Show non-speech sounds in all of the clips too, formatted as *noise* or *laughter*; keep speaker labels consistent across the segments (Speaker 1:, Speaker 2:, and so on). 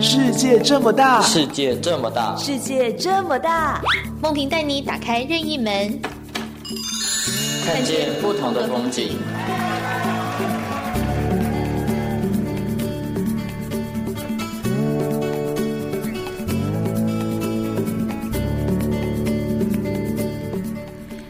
Speaker 1: 世界这么大，
Speaker 2: 世界这么大，
Speaker 3: 世界这么大，
Speaker 4: 梦萍带你打开任意门，
Speaker 2: 看见不同的风景。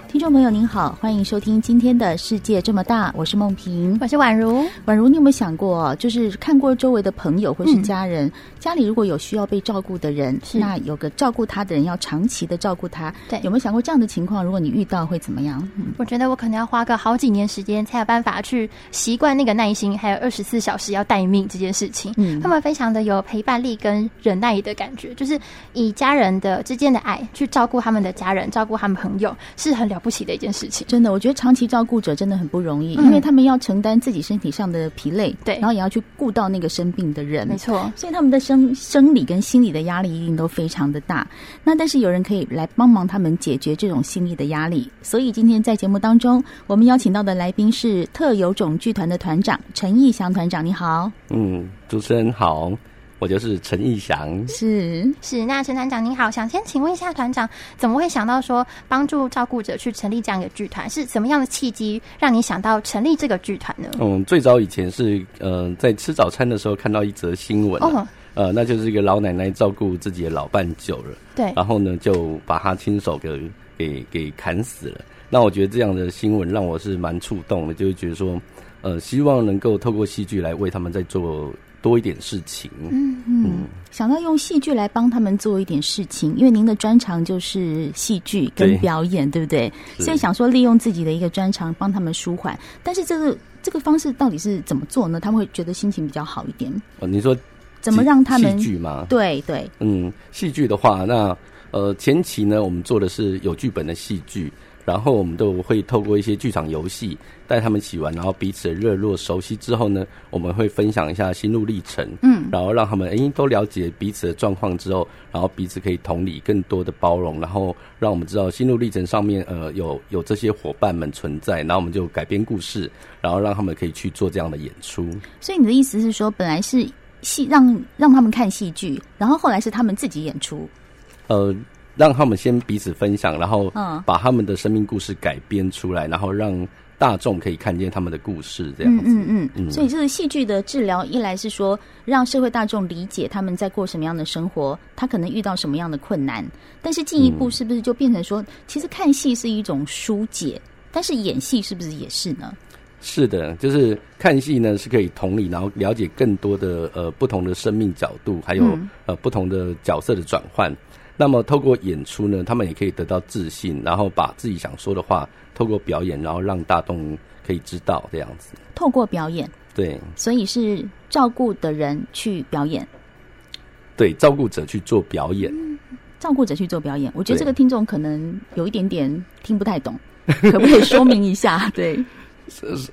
Speaker 5: 听众朋友您好，欢迎收听今天的《世界这么大》，我是梦萍。
Speaker 6: 我是宛如，
Speaker 5: 宛如，你有没有想过哦，就是看过周围的朋友或是家人，家里如果有需要被照顾的人，
Speaker 6: 嗯是
Speaker 5: 那有个照顾他的人要长期的照顾他，
Speaker 6: 对
Speaker 5: 有没有想过这样的情况？如果你遇到会怎么样？嗯
Speaker 6: 我觉得我可能要花个好几年时间才有办法去习惯那个耐心，还有二十四小时要待命这件事情。
Speaker 5: 嗯
Speaker 6: 他们非常的有陪伴力跟忍耐的感觉，就是以家人的之间的爱去照顾他们的家人，照顾他们朋友，是很了不起的一件事情。
Speaker 5: 真的，我觉得长期照顾者真的很不容易，
Speaker 6: 嗯
Speaker 5: 因为他们要承担自己身体上的疲累，
Speaker 6: 对
Speaker 5: 然后也要去顾到那个生病的人，
Speaker 6: 没错，
Speaker 5: 所以他们的生生理跟心理的压力一定都非常的大。那但是有人可以来帮忙他们解决这种心理的压力。所以今天在节目当中，我们邀请到的来宾是特有种剧团的团长陈义祥团长，你好，
Speaker 7: 嗯，主持人好，我就是陈义祥。
Speaker 5: 是
Speaker 6: 是。那陈团长您好，想先请问一下团长，怎么会想到说帮助照顾者去成立这样一个剧团？是什么样的契机让你想到成立这个剧团呢？
Speaker 7: 嗯，最早以前是呃，在吃早餐的时候看到一则新闻、
Speaker 6: 哦，
Speaker 7: 呃，那就是一个老奶奶照顾自己的老伴久了，
Speaker 6: 对，
Speaker 7: 然后呢就把他亲手给给给砍死了。那我觉得这样的新闻让我是蛮触动的，就是觉得说，呃，希望能够透过戏剧来为他们再做多一点事情。
Speaker 6: 嗯。
Speaker 5: 嗯，想到用戏剧来帮他们做一点事情，因为您的专长就是戏剧跟
Speaker 7: 对
Speaker 5: 表演，对不对？
Speaker 7: 是
Speaker 5: 所以想说利用自己的一个专长帮他们舒缓，但是这个这个方式到底是怎么做呢？他们会觉得心情比较好一点，
Speaker 7: 呃，你说
Speaker 5: 怎么让他们
Speaker 7: 戏？剧吗？
Speaker 5: 对对，
Speaker 7: 嗯，戏剧的话，那呃前期呢，我们做的是有剧本的戏剧，然后我们都会透过一些剧场游戏带他们一起玩，然后彼此的热络熟悉之后呢，我们会分享一下心路历程，
Speaker 5: 嗯，
Speaker 7: 然后让他们诶都了解彼此的状况之后，然后彼此可以同理更多的包容，然后让我们知道心路历程上面呃有有这些伙伴们存在，然后我们就改编故事，然后让他们可以去做这样的演出。
Speaker 5: 所以你的意思是说，本来是戏让让他们看戏剧，然后后来是他们自己演出，
Speaker 7: 呃，让他们先彼此分享，然后
Speaker 5: 嗯
Speaker 7: 把他们的生命故事改编出来，然后让大众可以看见他们的故事，这
Speaker 5: 嗯
Speaker 7: 样子。
Speaker 5: 嗯嗯，
Speaker 7: 嗯
Speaker 5: 所以这个戏剧的治疗，一来是说让社会大众理解他们在过什么样的生活，他可能遇到什么样的困难，但是进一
Speaker 7: 嗯
Speaker 5: 步是不是就变成说，其实看戏是一种疏解，但是演戏是不是也是呢？
Speaker 7: 是的，就是看戏呢是可以同理，然后了解更多的呃不同的生命角度，还有、
Speaker 5: 嗯
Speaker 7: 呃不同的角色的转换。那么透过演出呢，他们也可以得到自信，然后把自己想说的话透过表演，然后让大众可以知道这样子。
Speaker 5: 透过表演，
Speaker 7: 对
Speaker 5: 所以是照顾的人去表演，
Speaker 7: 对，照顾者去做表演。
Speaker 5: 照顾者去做表演。我觉得
Speaker 7: 对
Speaker 5: 这个听众可能有一点点听不太懂，可不可以说明一下？ *laughs* 对，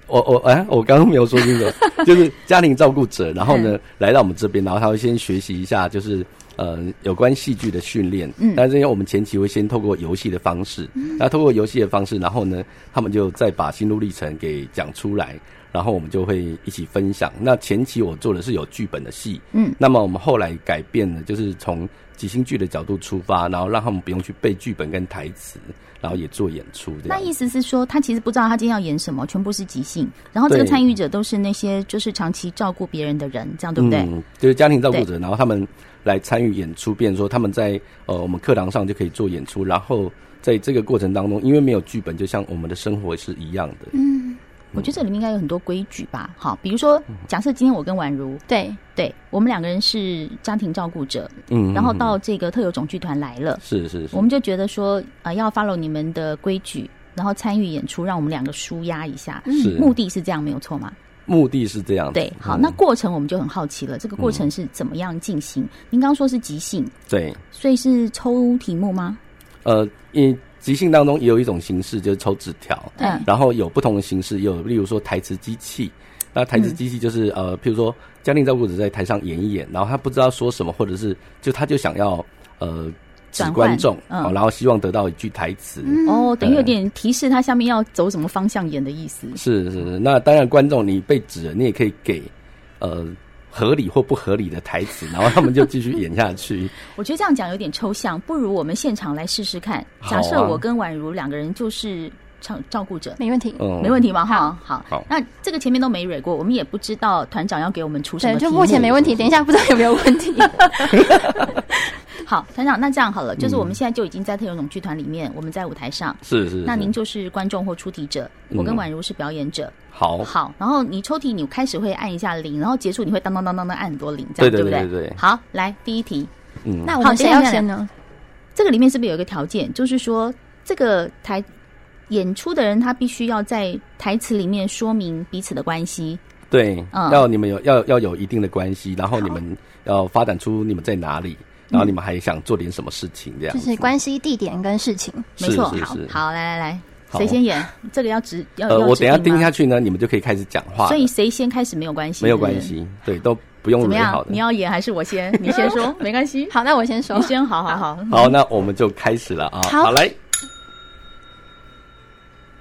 Speaker 7: 我我哎，我刚刚没有说清楚，就是家庭照顾者，然后呢
Speaker 5: 嗯
Speaker 7: 来到我们这边，然后他会先学习一下，就是呃有关戏剧的训练。
Speaker 5: 嗯
Speaker 7: 但是因为我们前期会先透过游戏的方式，那透过游戏的方式，然后呢他们就再把心路历程给讲出来，然后我们就会一起分享。那前期我做的是有剧本的戏，
Speaker 5: 嗯
Speaker 7: 那么我们后来改变了，就是从即兴剧的角度出发，然后让他们不用去背剧本跟台词，然后也做演出这样
Speaker 5: 那。意思是说，他其实不知道他今天要演什么，全部是即兴。然后这个
Speaker 7: 对
Speaker 5: 参与者都是那些就是长期照顾别人的人，这样对不对？
Speaker 7: 嗯、就是家庭照顾者，然后他们来参与演出，变成说他们在呃我们课堂上就可以做演出，然后在这个过程当中，因为没有剧本，就像我们的生活是一样的。
Speaker 6: 嗯
Speaker 5: 我觉得这里面应该有很多规矩吧。好，比如说，
Speaker 7: 嗯
Speaker 5: 假设今天我跟宛如，
Speaker 6: 对，
Speaker 5: 对我们两个人是家庭照顾者，
Speaker 7: 嗯
Speaker 5: 然后到这个特有种剧团来了，
Speaker 7: 是是是
Speaker 5: 我，们就觉得说，呃，要 follow 你们的规矩，然后参与演出，让我们两个舒压一下。
Speaker 7: 嗯是
Speaker 5: 目的是这样没有错吗？
Speaker 7: 目的是这样子。
Speaker 5: 对，好，
Speaker 7: 嗯
Speaker 5: 那过程我们就很好奇了，这个过程是怎么样进行？您刚刚说是即兴，
Speaker 7: 对
Speaker 5: 所以是抽题目吗？
Speaker 7: 呃，因为即兴当中也有一种形式就是抽纸条，
Speaker 5: 嗯
Speaker 7: 然后有不同的形式，也有例如说台词机器。那台词机器就是、
Speaker 5: 嗯
Speaker 7: 呃，譬如说家庭照顾者在台上演一演，然后他不知道说什么，或者是就他就想要呃指
Speaker 5: 转换
Speaker 7: 观众、
Speaker 5: 嗯
Speaker 7: 哦，然后希望得到一句台词。
Speaker 5: 哦，等于有
Speaker 7: 对
Speaker 5: 点提示他下面要走什么方向演的意思。
Speaker 7: 是是是，那当然观众你被指了，你也可以给呃合理或不合理的
Speaker 5: *laughs*
Speaker 7: 台词，然后他们就继续演下去。
Speaker 5: 我觉得这样讲有点抽象，不如我们现场来试试看。
Speaker 7: 好
Speaker 5: 假
Speaker 7: 啊
Speaker 5: 设我跟宛如两个人就是照照顾者，
Speaker 6: 没问题。
Speaker 7: 嗯，
Speaker 5: 没问题吗？哈，好，
Speaker 7: 好
Speaker 5: 那这个前面都没蕊过，我们也不知道团长要给我们出什
Speaker 6: 对，
Speaker 5: 么题
Speaker 6: 就
Speaker 5: 目。
Speaker 6: 目前没问题。等一下不知道有没有问题。
Speaker 5: *laughs* 好，团长，那这样好了，就是我们现在就已经在特有种剧团里面，我们在舞台上，
Speaker 7: 是是。
Speaker 5: 那
Speaker 7: 是
Speaker 5: 您就是观众或出题者，我跟
Speaker 7: 嗯
Speaker 5: 宛如是表演者。
Speaker 7: 好，
Speaker 5: 好，然后你抽题，你开始会按一下铃，然后结束你会当当当当当按很多铃，这样
Speaker 7: 对
Speaker 5: 不
Speaker 7: 对
Speaker 5: 对？
Speaker 7: 对对对
Speaker 5: 好，来第一题，
Speaker 7: 嗯，
Speaker 6: 那我们谁要先呢？
Speaker 5: 这个里面是不是有一个条件，就是说这个台演出的人他必须要在台词里面说明彼此的关系？
Speaker 7: 对，
Speaker 5: 嗯
Speaker 7: 要你们有要要有一定的关系，然后你们要发展出你们在哪里，
Speaker 5: 嗯
Speaker 7: 然后你们还想做点什么事情，这样
Speaker 6: 就
Speaker 7: 子
Speaker 6: 是关系地点跟事情。
Speaker 5: 没错，
Speaker 7: 是是
Speaker 5: 好
Speaker 7: 是，
Speaker 5: 好，来来来，
Speaker 7: 好
Speaker 5: 谁先演？这个要指要
Speaker 7: 呃，
Speaker 5: 要
Speaker 7: 我
Speaker 5: 指
Speaker 7: 等一下
Speaker 5: 定
Speaker 7: 盯
Speaker 5: 吗
Speaker 7: 下去呢，你们就可以开始讲话了，
Speaker 5: 所以谁先开始没有关系，
Speaker 7: 没有
Speaker 5: 是不是
Speaker 7: 关。系，对，都不用
Speaker 5: 怎么
Speaker 7: 蕊
Speaker 5: 样
Speaker 7: 好？的
Speaker 5: 你。要演还是我
Speaker 7: *laughs*
Speaker 5: 先？你先说，没关系。
Speaker 6: 好，那我先说
Speaker 5: 你。先，好好好。
Speaker 7: 好，那我们就开始了啊！
Speaker 6: 好
Speaker 7: 好
Speaker 5: *laughs*
Speaker 7: 来，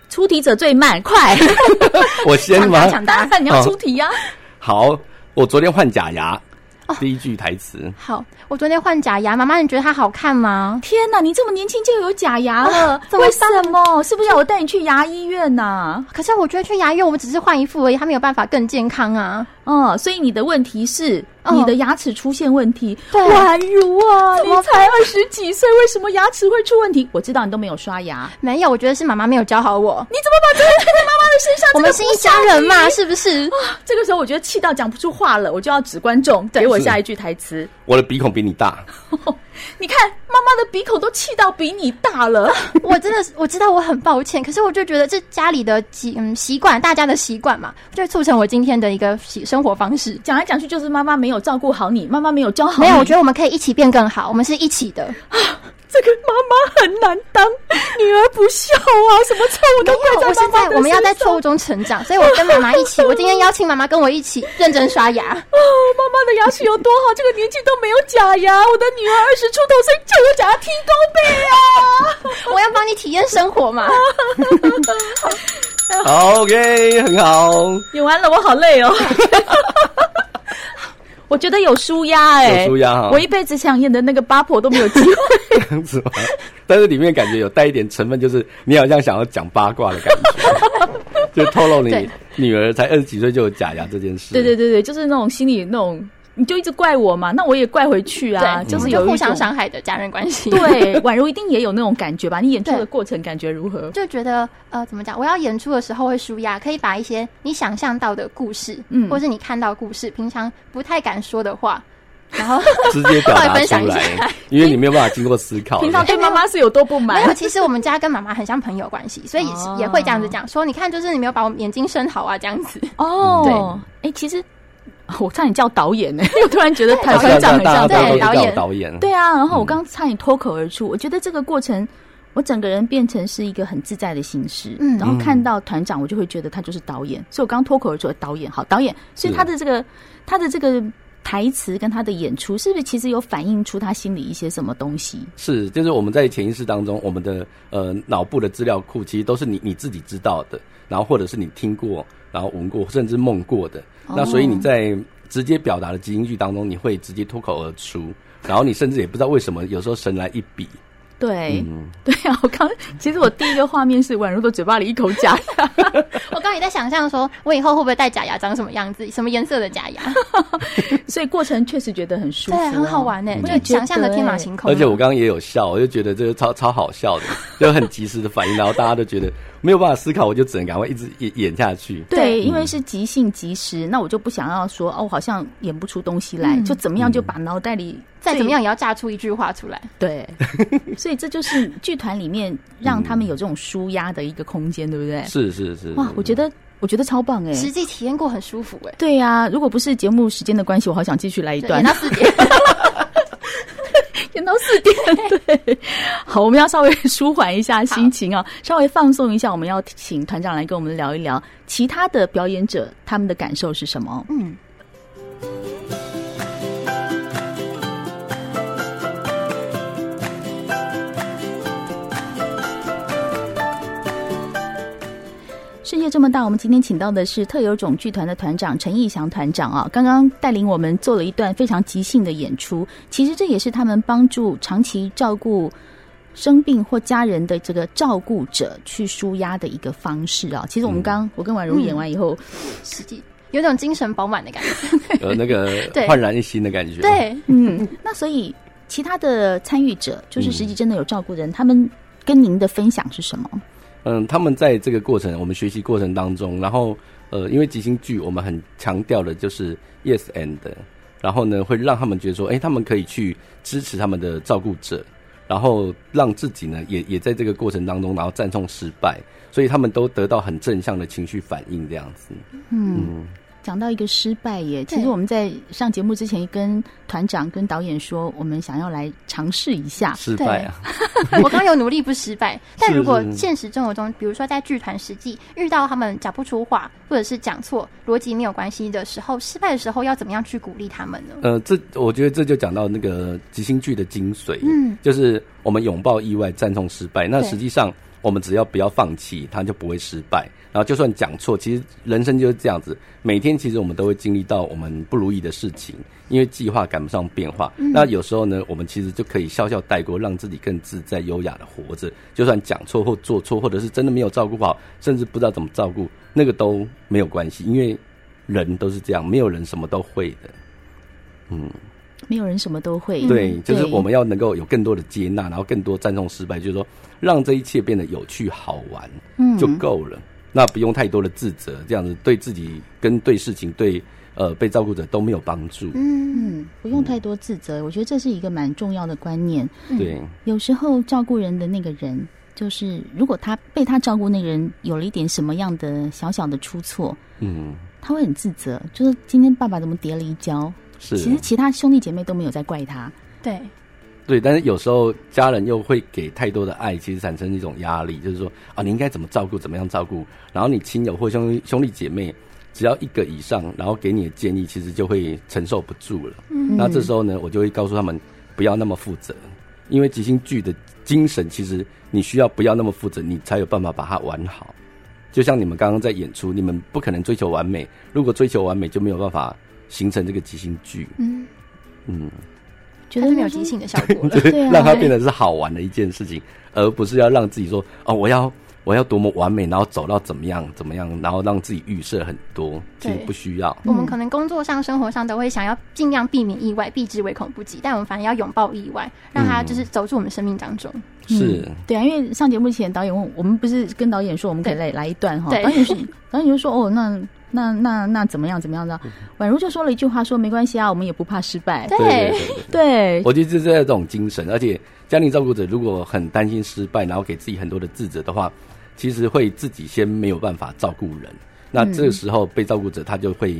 Speaker 5: 出题者最慢，快！
Speaker 7: 我 *laughs* 先吗？
Speaker 6: 抢答
Speaker 5: 当然你要出题呀。
Speaker 7: *laughs*
Speaker 5: 啊
Speaker 7: 好，我昨天换假牙，
Speaker 5: 哦
Speaker 7: 第一句台词。
Speaker 6: 好，我昨天换假牙，妈妈，你觉得它好看吗？
Speaker 5: 天哪，你这么年轻就有假牙 *laughs* 了，
Speaker 6: 啊怎么
Speaker 5: 为什么？是不是要我带你去牙医院啊呐？
Speaker 6: 可是我觉得去牙医院，我们只是换一副而已，它没有办法更健康啊。
Speaker 5: 嗯，所以你的问题是
Speaker 6: 哦
Speaker 5: 你的牙齿出现问题，
Speaker 6: 对
Speaker 5: 宛如啊，
Speaker 6: 怎
Speaker 5: 你
Speaker 6: 么
Speaker 5: 才二十几岁，为什么牙齿会出问题？我知道你都没有刷牙，
Speaker 6: 没有，我觉得是妈妈没有教好我。
Speaker 5: 你怎么把责任推在妈妈的身上？
Speaker 6: 我们
Speaker 5: 这
Speaker 6: 是
Speaker 5: 个
Speaker 6: 一
Speaker 5: 不
Speaker 6: 家人嘛，是不是？ *laughs*
Speaker 5: 啊这个时候我觉得气到讲不出话了，我就要指观众给我下一句台词。
Speaker 7: 我的鼻孔比你大，
Speaker 5: 你看，妈妈的鼻孔都气到比你大
Speaker 6: *laughs*
Speaker 5: 了。
Speaker 6: 我真的是我知道我很抱歉，可是我就觉得这家里的习嗯习惯，大家的习惯嘛，就会促成我今天的一个习生活方式。
Speaker 5: 讲来讲去就是妈妈没有照顾好你，妈妈没有教好你。
Speaker 6: 没有，我觉得我们可以一起变更好，我们是一起的。
Speaker 5: 这个妈妈很难当，女儿不孝啊，什么错我都怪
Speaker 6: 我是
Speaker 5: 在妈妈
Speaker 6: 在
Speaker 5: 的
Speaker 6: 我们要在
Speaker 5: 身上
Speaker 6: 错误中成长，所以我跟妈妈一
Speaker 5: *laughs*
Speaker 6: 起，我今天邀请妈妈跟我一起认真刷牙。
Speaker 5: 哦，妈妈的牙齿有多好，这个年纪都没有假牙，我的女儿二十出头岁就有假牙，天公杯啊！
Speaker 6: 我要帮你体验生活嘛。
Speaker 7: 好，OK，很好，
Speaker 5: 演完了，我好累
Speaker 6: *laughs*
Speaker 5: 哦。我觉得有舒压哎、
Speaker 7: 有舒压哈
Speaker 5: 我一辈子想演的那个八婆都没有机会。
Speaker 6: *laughs*
Speaker 7: 这样子吗？但是里面感觉有带一点成分，就是你好像想要讲八卦的感觉，就透露你
Speaker 6: 对
Speaker 7: 女儿才二十几岁就有假牙这件事。
Speaker 5: 对对对对，就是那种心里那种，你就一直怪我嘛，那我也怪回去啊，
Speaker 6: 对，
Speaker 5: 是
Speaker 6: 我们
Speaker 5: 有
Speaker 6: 互
Speaker 5: 一种
Speaker 6: 相伤害的家人关系。。
Speaker 5: 对，宛如一定也有那种感觉吧？你演出的
Speaker 6: 对
Speaker 5: 过程感觉如何？
Speaker 6: 就觉得呃，怎么讲？我要演出的时候会舒压，可以把一些你想象到的故事，
Speaker 5: 嗯
Speaker 6: 或是你看到的故事，平常不太敢说的话，
Speaker 5: *laughs*
Speaker 6: 然后
Speaker 7: 直接表达
Speaker 6: 分
Speaker 7: 出
Speaker 6: 享一下
Speaker 7: 来，因为你没有办法经过思考。
Speaker 5: 平常对
Speaker 6: 哎没
Speaker 5: 妈
Speaker 6: 有
Speaker 5: 妈是有多不满
Speaker 6: 没？有。其实我们家跟妈妈很像朋友关系，所以也是
Speaker 5: 哦
Speaker 6: 也会这样子讲说，你看，就是你没有把我眼睛生好啊，这样子。
Speaker 5: 哦，哎，其实我差点叫导演呢， *laughs* 我突然觉得台
Speaker 7: 大
Speaker 5: 团
Speaker 7: 家
Speaker 5: 长很
Speaker 7: 大
Speaker 5: 像
Speaker 7: 家大家都
Speaker 5: 导演。
Speaker 7: 知道
Speaker 6: 导演
Speaker 7: 导演，
Speaker 5: 对啊，然后我
Speaker 7: 嗯
Speaker 5: 刚差点脱口而出，我觉得这个过程。我整个人变成是一个很自在的形式，
Speaker 6: 嗯
Speaker 5: 然后看到团长，我就会觉得他就是导演，所以我刚脱口而出导演，好导演，所以
Speaker 7: 是
Speaker 5: 他的这个他的这个台词跟他的演出，是不是其实有反映出他心里一些什么东西？
Speaker 7: 是，就是我们在潜意识当中，我们的呃脑部的资料库其实都是你你自己知道的，然后或者是你听过，然后闻过，甚至梦过的。那所以
Speaker 5: 哦
Speaker 7: 你在直接表达的即兴剧当中，你会直接脱口而出，然后你甚至也不知道为什么，有时候神来一笔，
Speaker 5: 对， *laughs*
Speaker 7: 嗯，
Speaker 5: 对啊，我刚其实我第一个画面是宛如的嘴巴里一口假牙，
Speaker 6: 我刚刚也在想象说，我以后会不会戴假牙，长什么样子，什么颜色的假牙？
Speaker 5: 所以过程确实觉得很舒服、哦
Speaker 6: 对，很好。玩呢、
Speaker 7: 嗯
Speaker 6: 就想象的天马行空。啊
Speaker 7: 而且我刚刚也有笑，我就觉得这个超超好笑的，就很及时的反应，然后大家都觉得没有办法思考，我就只能赶快一直演演下去。
Speaker 5: 对，
Speaker 6: 对嗯
Speaker 5: 因为是即兴即时，那我就不想要说哦，我好像演不出东西来，就怎么样就把脑袋里
Speaker 6: 嗯再
Speaker 5: 最
Speaker 6: 怎么样也要炸出一句话出来。 *laughs*
Speaker 5: 对，所以这就是剧团里面让
Speaker 6: 嗯
Speaker 5: 他们有这种舒压的一个空间，对不对？
Speaker 7: 是是是，
Speaker 5: 哇，我觉得我觉得超棒哎、
Speaker 6: 实际体验过很舒服哎、
Speaker 5: 对呀、如果不是节目时间的关系，我好想继续来一
Speaker 6: 对
Speaker 5: 段
Speaker 6: 演到，四点，
Speaker 5: *laughs* 演到四
Speaker 6: *laughs*
Speaker 5: 点。对，好，我们要稍微舒缓一下心情啊，稍微放松一下。我们要请团长来跟我们聊一聊其他的表演者他们的感受是什么。
Speaker 6: 嗯，
Speaker 5: 世界这么大，我们今天请到的是特有种剧团的团长陈义祥团长啊，刚刚带领我们做了一段非常即兴的演出。其实这也是他们帮助长期照顾生病或家人的这个照顾者去舒压的一个方式啊。其实我们刚、我跟婉如演完以后，
Speaker 6: 实际有种精神饱满的感觉。
Speaker 7: 有那个
Speaker 5: *laughs*
Speaker 6: 对
Speaker 7: 焕然一新的感觉。，
Speaker 6: 对，
Speaker 5: 嗯，那所以其他的参与者，就是实际真的有照顾人，他们跟您的分享是什么？
Speaker 7: 嗯，他们在这个过程，我们学习过程当中，然后呃，因为即兴剧我们很强调的就是 yes and，然后呢会让他们觉得说，哎、他们可以去支持他们的照顾者，然后让自己呢也也在这个过程当中，然后战胜失败，所以他们都得到很正向的情绪反应，这样子。
Speaker 5: 嗯，讲到一个失败耶，
Speaker 6: 对
Speaker 5: 其实我们在上节目之前跟团长、跟导演说，我们想要来尝试一下。
Speaker 7: 失败啊，
Speaker 6: 我刚有努力不失败，但
Speaker 7: *laughs* 是
Speaker 6: 如果
Speaker 7: 是
Speaker 6: 现实生活中，哦比如说在剧团实际遇到他们讲不出话，或者是讲错逻辑没有关系的时候，失败的时候要怎么样去鼓励他们呢？
Speaker 7: 呃，这我觉得这就讲到那个即兴剧的精髓，
Speaker 6: 嗯，
Speaker 7: 就是我们拥抱意外，战胜失败。那
Speaker 6: 对
Speaker 7: 实际上，我们只要不要放弃，它就不会失败。然后就算讲错，其实人生就是这样子，每天其实我们都会经历到我们不如意的事情，因为计划赶不上变化。
Speaker 6: 嗯
Speaker 7: 那有时候呢，我们其实就可以笑笑带过，让自己更自在、优雅的活着。就算讲错或做错，或者是真的没有照顾好，甚至不知道怎么照顾，那个都没有关系，因为人都是这样，没有人什么都会的。
Speaker 5: 没有人什么都会，
Speaker 7: 嗯对，就是
Speaker 5: 对
Speaker 7: 我们要能够有更多的接纳，然后更多赞颂失败，就是说让这一切变得有趣好玩，嗯，就够了。那不用太多的自责，这样子对自己跟对事情、对呃被照顾者都没有帮助。
Speaker 6: 嗯，
Speaker 5: 嗯，不用太多自责，我觉得这是一个蛮重要的观念。
Speaker 7: 对，
Speaker 5: 有时候照顾人的那个人，就是如果他被他照顾那个人有了一点什么样的小小的出错，
Speaker 7: 嗯，
Speaker 5: 他会很自责，就是今天爸爸怎么跌了一跤，
Speaker 7: 是。
Speaker 5: 其实其他兄弟姐妹都没有在怪他。
Speaker 6: 对，
Speaker 7: 对，但是有时候家人又会给太多的爱，其实产生一种压力，就是说啊，你应该怎么照顾，怎么样照顾。然后你亲友或兄兄弟姐妹，只要一个以上，然后给你的建议，其实就会承受不住了。嗯，那这时候呢，我就会告诉他们不要那么负责，因为即兴剧的精神，其实你需要不要那么负责，你才有办法把它玩好。就像你们刚刚在演出，你们不可能追求完美，如果追求完美，就没有办法形成这个即兴剧。
Speaker 6: 嗯，
Speaker 7: 嗯。
Speaker 5: 觉
Speaker 6: 它
Speaker 5: 得
Speaker 6: 就没有
Speaker 5: 那
Speaker 6: 即兴的效果
Speaker 7: *laughs*
Speaker 6: 了。
Speaker 5: 对啊
Speaker 7: 让它变得是好玩的一件事情，而不是要让自己说哦，我要我要多么完美，然后走到怎么样怎么样，然后让自己预设很多，其实
Speaker 6: 对
Speaker 7: 不需要。
Speaker 6: 我们可能工作上、生活上都会想要尽量避免意外，避之唯恐不及。但我们反而要拥抱意外，让它就是走入我们生命当中。
Speaker 7: 是，
Speaker 5: 对啊，因为上节目前导演问我们，不是跟导演说我们可以来来一段哈，
Speaker 6: 对
Speaker 5: 导演是导演就说哦，那那那那怎么样怎么样的？宛如就说了一句话说没关系啊，我们也不怕失败。
Speaker 6: 对
Speaker 7: 对对对对。
Speaker 5: 对，
Speaker 7: 我觉得这是这种精神，而且家庭照顾者如果很担心失败，然后给自己很多的自责的话，其实会自己先没有办法照顾人。那这个时候被照顾者他就会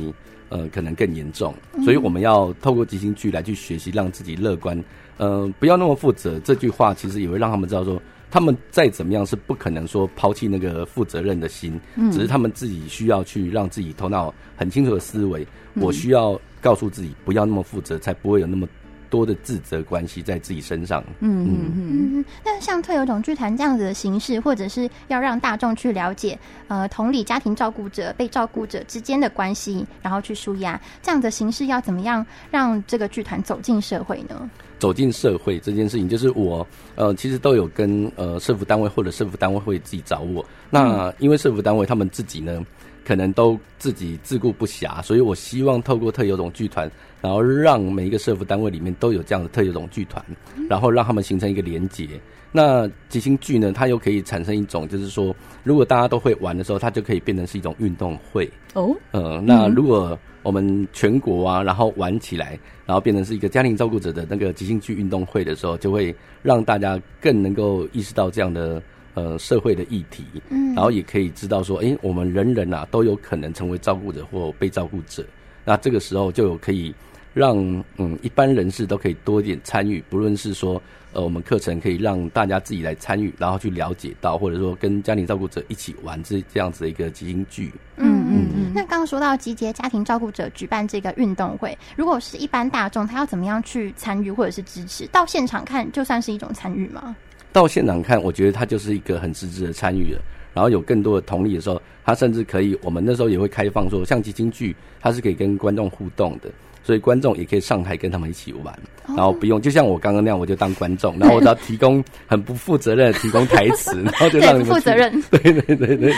Speaker 7: 呃可能更严重，所以我们要透过即兴剧来去学习，让自己乐观，呃不要那么负责。这句话其实也会让他们知道说，他们再怎么样是不可能说抛弃那个负责任的心，只是他们自己需要去让自己头脑很清楚的思维，我需要告诉自己不要那么负责，才不会有那么多的自责关系在自己身上。
Speaker 5: 嗯嗯嗯，
Speaker 6: 嗯，那像特有种剧团这样子的形式，或者是要让大众去了解，呃，同理家庭照顾者、被照顾者之间的关系，然后去舒压，这样的形式要怎么样让这个剧团走进社会呢？
Speaker 7: 走进社会这件事情，就是我呃，其实都有跟呃社服单位或者社服单位会自己找我。
Speaker 5: 嗯
Speaker 7: 那因为社服单位他们自己呢，可能都自己自顾不暇，所以我希望透过特有种剧团，然后让每一个社服单位里面都有这样的特有种剧团，
Speaker 5: 嗯
Speaker 7: 然后让他们形成一个连结。那即兴剧呢，它又可以产生一种，就是说，如果大家都会玩的时候，它就可以变成是一种运动会。
Speaker 5: 哦，
Speaker 7: 呃，那如果我们全国啊，然后玩起来，然后变成是一个家庭照顾者的那个即兴剧运动会的时候，就会让大家更能够意识到这样的呃社会的议题，嗯，然后也可以知道说，诶，我们人人啊都有可能成为照顾者或被照顾者，那这个时候就有可以让嗯一般人士都可以多一点参与，不论是说呃我们课程可以让大家自己来参与，然后去了解到，或者说跟家庭照顾者一起玩这这样子的一个即兴剧，
Speaker 6: 嗯嗯嗯。那刚刚说到集结家庭照顾者举办这个运动会，如果是一般大众，他要怎么样去参与或者是支持？到现场看就算是一种参与吗？
Speaker 7: 到现场看，我觉得它就是一个很实质的参与了。然后有更多的同理的时候，它甚至可以，我们那时候也会开放说，像即兴剧，它是可以跟观众互动的。所以观众也可以上台跟他们一起玩，然后不用就像我刚刚那样，我就当观众，然后我只要提供很不负责任的提供台词，然后就让
Speaker 6: 对，
Speaker 7: 你们
Speaker 6: 不负
Speaker 7: 去
Speaker 6: 责，任，
Speaker 7: 对对对对，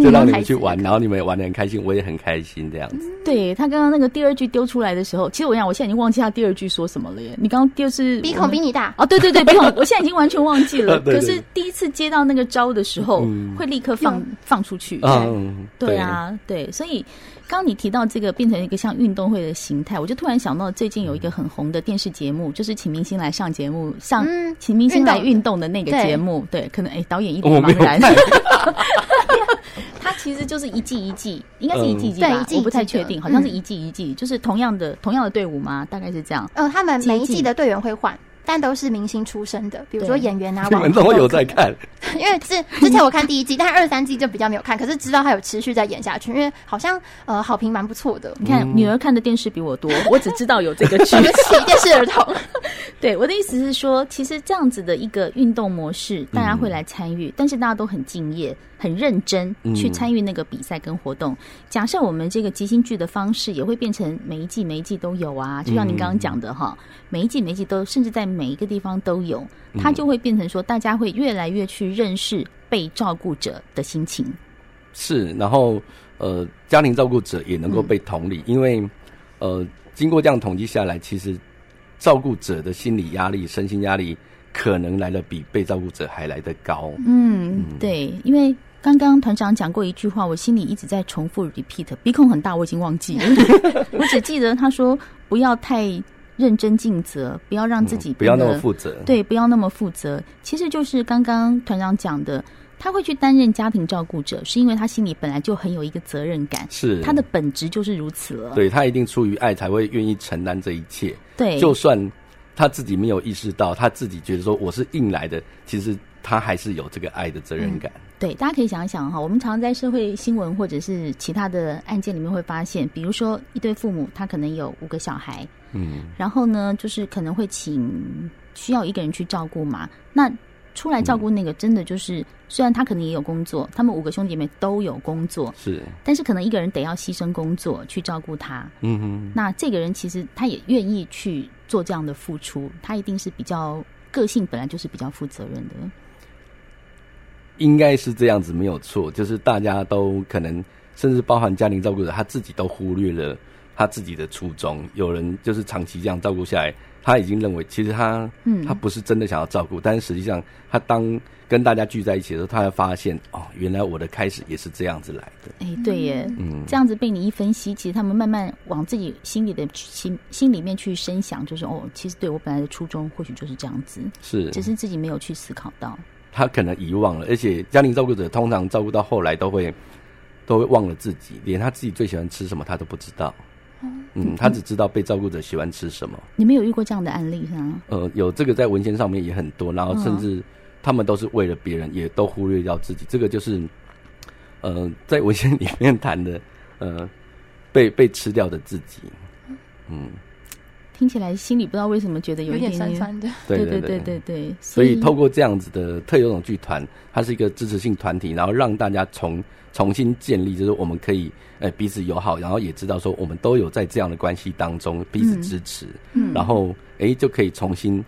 Speaker 7: 就让你们去玩，
Speaker 6: 嗯
Speaker 7: 然后你们也玩的很开心，我也很开心这样子。
Speaker 5: 对他刚刚那个第二句丢出来的时候，其实我讲，我现在已经忘记他第二句说什么了耶。你刚刚就是
Speaker 6: 鼻孔比你大，
Speaker 7: 嗯
Speaker 5: 哦，对对对，鼻孔，我现在已经完全忘记了。
Speaker 7: 啊对对
Speaker 5: 可是第一次接到那个招的时候，会立刻放放出去。
Speaker 7: 嗯，
Speaker 5: 对，啊，对，所以刚刚你提到这个变成一个像运动会的形态，我就突然想到最近有一个很红的电视节目，就是请明星来上节目，上
Speaker 6: 嗯
Speaker 5: 请明星来
Speaker 6: 运动
Speaker 5: 运动的那个
Speaker 6: 对
Speaker 5: 节目，对，可能哎导演一
Speaker 7: 我
Speaker 5: 脸
Speaker 7: 没有
Speaker 5: 茫然
Speaker 7: 看， *laughs*
Speaker 5: 它其实就是一季一季，应该是一季一季
Speaker 6: 嗯对
Speaker 5: 吧
Speaker 6: 一，季
Speaker 5: 我不太
Speaker 6: 一季
Speaker 5: 确
Speaker 6: 的
Speaker 5: 定，好像是
Speaker 6: 嗯
Speaker 5: 一季一季，就是同样的同样的队伍吗？大概是这样。
Speaker 6: 呃，他们每一
Speaker 5: 接
Speaker 6: 季
Speaker 5: 近
Speaker 6: 的队员会换。但都是明星出身的，比如说
Speaker 5: 对
Speaker 6: 演员啊，
Speaker 7: 你
Speaker 6: 网
Speaker 7: 们
Speaker 6: 红
Speaker 7: 都有
Speaker 6: 可
Speaker 7: 在
Speaker 6: 能
Speaker 7: 看，
Speaker 6: 因为之之前我看第一季，但二三季就比较没有看，可是知道他有持续在演下去，因为好像呃好评蛮不错的。
Speaker 5: 你看，女儿看的电视比我多， *laughs* 我只知道有这个剧
Speaker 6: *laughs* 对。不起，电视儿童，
Speaker 5: *laughs* 对，我的意思是说，其实这样子的一个运动模式，大家会来参与，但是大家都很敬业、很认真
Speaker 7: 嗯
Speaker 5: 去参与那个比赛跟活动。假设我们这个即兴剧的方式，也会变成每一季每一季都有啊，就像您刚刚讲的哈，每一季每一季都，甚至在每一个地方都有，它就会变成说，大家会越来越去认识被照顾者的心情。
Speaker 7: 是，然后呃，家庭照顾者也能够
Speaker 5: 嗯
Speaker 7: 被同理，因为呃，经过这样统计下来，其实照顾者的心理压力、身心压力可能来的比被照顾者还来得高。
Speaker 5: 嗯，对，因为刚刚团长讲过一句话，我心里一直在重复 repeat，鼻孔很大，我已经忘记
Speaker 7: *laughs*
Speaker 5: 了，我只记得他说不要太认真尽责，不要让自己
Speaker 7: 嗯不要那
Speaker 5: 变
Speaker 7: 么
Speaker 5: 得
Speaker 7: 负责，
Speaker 5: 对，不要那么负责。其实就是刚刚团长讲的，他会去担任家庭照顾者，是因为他心里本来就很有一个责任感，
Speaker 7: 是
Speaker 5: 他的本质就是如此了。
Speaker 7: 对他一定出于爱才会愿意承担这一切，
Speaker 5: 对，
Speaker 7: 就算他自己没有意识到，他自己觉得说我是硬来的，其实他还是有这个爱的责
Speaker 5: 嗯
Speaker 7: 任感。
Speaker 5: 对，大家可以想一想哈，我们常常在社会新闻或者是其他的案件里面会发现，比如说一对父母，他可能有五个小孩，
Speaker 7: 嗯，
Speaker 5: 然后呢，就是可能会请需要一个人去照顾嘛。那出来照顾那个，真的就是、虽然他可能也有工作，他们五个兄弟姐妹都有工作，
Speaker 7: 是，
Speaker 5: 但是可能一个人得要牺牲工作去照顾他。
Speaker 7: 嗯哼，
Speaker 5: 那这个人其实他也愿意去做这样的付出，他一定是比较个性本来就是比较负责任的。
Speaker 7: 应该是这样子没有错，就是大家都可能，甚至包含家庭照顾者，他自己都忽略了他自己的初衷。有人就是长期这样照顾下来，他已经认为其实他，
Speaker 5: 嗯
Speaker 7: 他不是真的想要照顾，但是实际上他当跟大家聚在一起的时候，他才发现哦，原来我的开始也是这样子来的。
Speaker 5: 哎，对耶，
Speaker 7: 嗯
Speaker 5: 这样子被你一分析，其实他们慢慢往自己心里的心心里面去深想，就是哦，其实对我本来的初衷或许就是这样子，
Speaker 7: 是，
Speaker 5: 只是自己没有去思考到。
Speaker 7: 他可能遗忘了，而且家庭照顾者通常照顾到后来都会都会忘了自己，连他自己最喜欢吃什么他都不知道。
Speaker 5: 哦
Speaker 7: 嗯，他只知道被照顾者喜欢吃什么。
Speaker 5: 你们有遇过这样的案例是吗？
Speaker 7: 呃，有这个在文献上面也很多，然后甚至他们都是为了别人，也都忽略掉自己。这个就是，呃，在文献里面谈的，呃，被被吃掉的自己。嗯，
Speaker 5: 听起来心里不知道为什么觉得有
Speaker 6: 有
Speaker 5: 一
Speaker 6: 点
Speaker 5: 点
Speaker 6: 酸酸的。
Speaker 7: 对
Speaker 5: 对
Speaker 7: 对
Speaker 5: 对对对，
Speaker 7: 所
Speaker 5: 所
Speaker 7: 以透过这样子的特有种剧团，它是一个支持性团体，然后让大家重重新建立，就是我们可以呃彼此友好，然后也知道说我们都有在这样的关系当中彼此支持，
Speaker 5: 嗯
Speaker 7: 然后诶就可以重新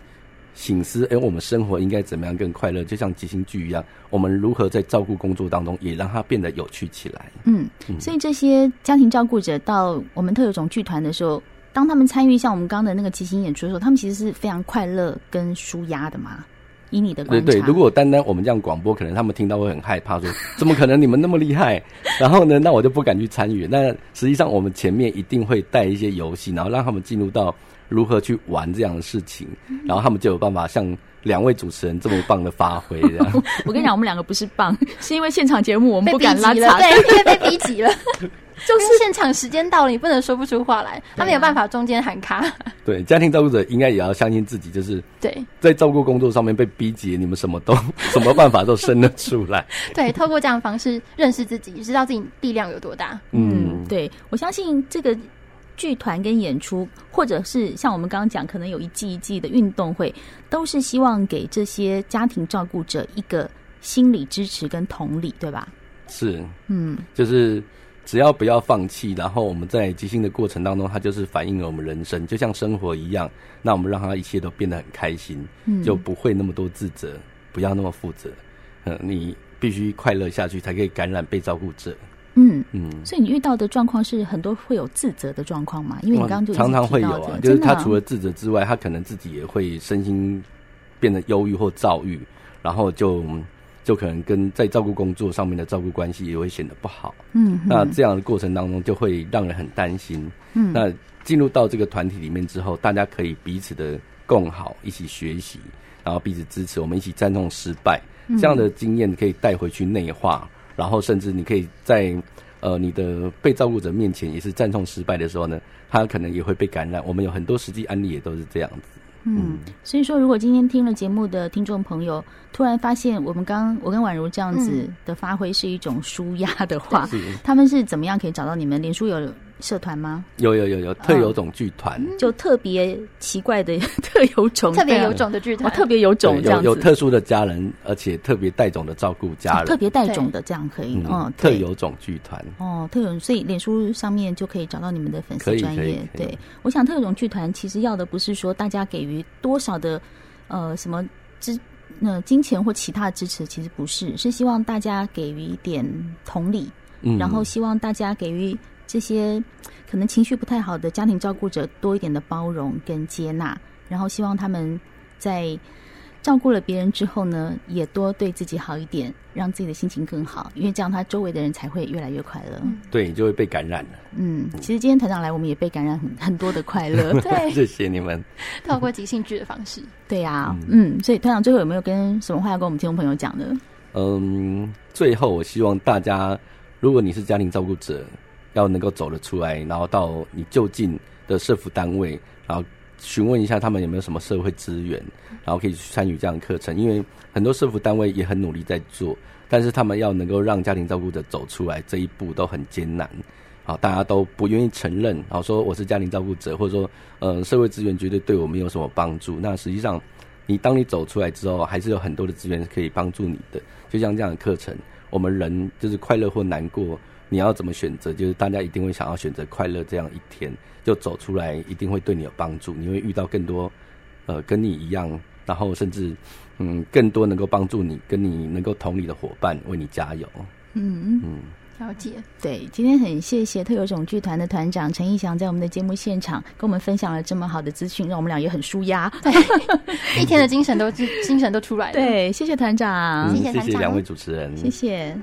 Speaker 7: 醒思，诶我们生活应该怎么样更快乐？就像即兴剧一样，我们如何在照顾工作当中也让它变得有趣起来？
Speaker 5: 嗯，所以这些家庭照顾者到我们特有种剧团的时候，当他们参与像我们刚刚的那个即兴演出的时候，他们其实是非常快乐跟舒压的嘛。以你的观
Speaker 7: 对
Speaker 5: 察，
Speaker 7: 对，如果单单我们这样广播，可能他们听到会很害
Speaker 5: *laughs*
Speaker 7: 怕说怎么可能你们那么厉害？然后呢，那我就不敢去参与。那实际上，我们前面一定会带一些游戏，然后让他们进入到如何去玩这样的事情，
Speaker 5: 嗯
Speaker 7: 然后他们就有办法像两位主持人这么棒的发挥。
Speaker 5: *laughs*
Speaker 7: 这样
Speaker 5: 我跟你讲，我们两个不是棒， *laughs* 是因为现场节目我们
Speaker 6: 被
Speaker 5: 不
Speaker 6: 逼
Speaker 5: 敢拉
Speaker 6: 急了，
Speaker 5: 碴。
Speaker 6: 对，因为被逼急了，
Speaker 5: *laughs*
Speaker 6: 就是现场时间到了，你不能说不出话
Speaker 5: 啊
Speaker 6: 来，他没有办法中间
Speaker 5: *laughs*
Speaker 6: 喊卡。
Speaker 7: 对，家庭照顾者应该也要相信自己，就是
Speaker 6: 对
Speaker 7: 在照顾工作上面被逼急，你们什么都 *laughs* 什么办法都生得出
Speaker 5: *laughs*
Speaker 7: 来。
Speaker 6: 对，透过这样的方式认识自己，知道自己力量有多大。
Speaker 5: 嗯，对，我相信这个剧团跟演出，或者是像我们刚刚讲，可能有一季一季的运动会，都是希望给这些家庭照顾者一个心理支持跟同理，对吧？
Speaker 7: 是，
Speaker 5: 嗯，
Speaker 7: 就是只要不要放弃，然后我们在即兴的过程当中，它就是反映了我们人生，就像生活一样。那我们让它一切都变得很开心，
Speaker 5: 嗯
Speaker 7: 就不会那么多自责，不要那么负责。嗯，你必须快乐下去，才可以感染被照顾者。
Speaker 5: 嗯，
Speaker 7: 嗯。
Speaker 5: 所以你遇到的状况是很多会有自责的状况嘛？因为你刚刚就已经
Speaker 7: 嗯常常会
Speaker 5: 提
Speaker 7: 有
Speaker 5: 到这
Speaker 7: 啊，
Speaker 5: 个
Speaker 7: 就是
Speaker 5: 真的
Speaker 7: 他
Speaker 5: 啊
Speaker 7: 除了自责之外，他可能自己也会身心变得忧郁或躁郁，然后就就可能跟在照顾工作上面的照顾关系也会显得不好。
Speaker 5: 嗯哼
Speaker 7: 那这样的过程当中就会让人很担心。嗯，那进入到这个团体里面之后，大家可以彼此的共好，一起学习，然后彼此支持，我们一起战胜失败。这样的经验可以带回去内化，然后甚至你可以在呃你的被照顾者面前也是战胜失败的时候呢，他可能也会被感染。我们有很多实际案例也都是这样子。嗯，
Speaker 5: 所以说，如果今天听了节目的听众朋友，突然发现我们刚我跟宛如这样子的发挥是一种舒压的话，他们是怎么样可以找到你们？脸书有社团吗？
Speaker 7: 有有有有特有种剧团。
Speaker 5: 就特别奇怪的 *laughs* 特有种，
Speaker 6: 特别有种的剧
Speaker 5: 哦，
Speaker 6: 团，
Speaker 5: 特别有
Speaker 7: 对
Speaker 5: 种这
Speaker 7: 有
Speaker 5: 样
Speaker 7: 有
Speaker 5: 子，
Speaker 7: 特殊的家人，而且特别带种的照顾
Speaker 5: 哦
Speaker 7: 家人，
Speaker 5: 特别带种的这样可以，嗯，
Speaker 7: 特
Speaker 5: 对
Speaker 7: 有种剧团，
Speaker 5: 哦，特种，所以脸书上面就可以找到你们的粉丝
Speaker 7: 嗯可以
Speaker 5: 专
Speaker 7: 可以
Speaker 5: 业
Speaker 7: 可。以
Speaker 5: 对，我想特种剧团其实要的不是说大家给予多少的呃什么支呃金钱或其他的支持，其实不是，是希望大家给予一点同理，
Speaker 7: 嗯
Speaker 5: 然后希望大家给予这些可能情绪不太好的家庭照顾者多一点的包容跟接纳，然后希望他们在照顾了别人之后呢，也多对自己好一点，让自己的心情更好，因为这样他周围的人才会越来越快乐。
Speaker 7: 对你就会被感染了。
Speaker 5: 嗯，其实今天团长来，我们也被感染很很多的快乐。
Speaker 6: 对，
Speaker 7: *laughs* 谢谢你们。
Speaker 6: 透过即兴剧的方式，
Speaker 5: 对呀、嗯，所以团长最后有没有跟什么话要跟我们听众朋友讲的？
Speaker 7: 嗯，最后我希望大家，如果你是家庭照顾者，要能够走得出来，然后到你就近的社服单位，然后询问一下他们有没有什么社会资源，然后可以去参与这样的课程。因为很多社服单位也很努力在做，但是他们要能够让家庭照顾者走出来这一步都很艰难。好，大家都不愿意承认，然后说我是家庭照顾者，或者说，呃，社会资源绝对对我没有什么帮助。那实际上，你当你走出来之后，还是有很多的资源可以帮助你的。就像这样的课程，我们人就是快乐或难过，你要怎么选择？就是大家一定会想要选择快乐这样一天，就走出来，一定会对你有帮助。你会遇到更多，呃，跟你一样，然后甚至，嗯，更多能够帮助你、跟你能够同理的伙伴为你加油。
Speaker 5: 嗯，
Speaker 7: 嗯，
Speaker 6: 了
Speaker 5: *laughs*
Speaker 6: 解，
Speaker 5: 对，今天很谢谢特有种剧团的团长陈义祥在我们的节目现场跟我们分享了这么好的资讯，让我们俩也很舒压。
Speaker 6: *laughs* 一天的精神都精神都出来了。
Speaker 5: 对，谢谢团长，
Speaker 7: 嗯
Speaker 6: 谢谢
Speaker 7: 谢
Speaker 6: 团
Speaker 7: 谢
Speaker 6: 长
Speaker 7: 两位主持人，
Speaker 5: 谢谢。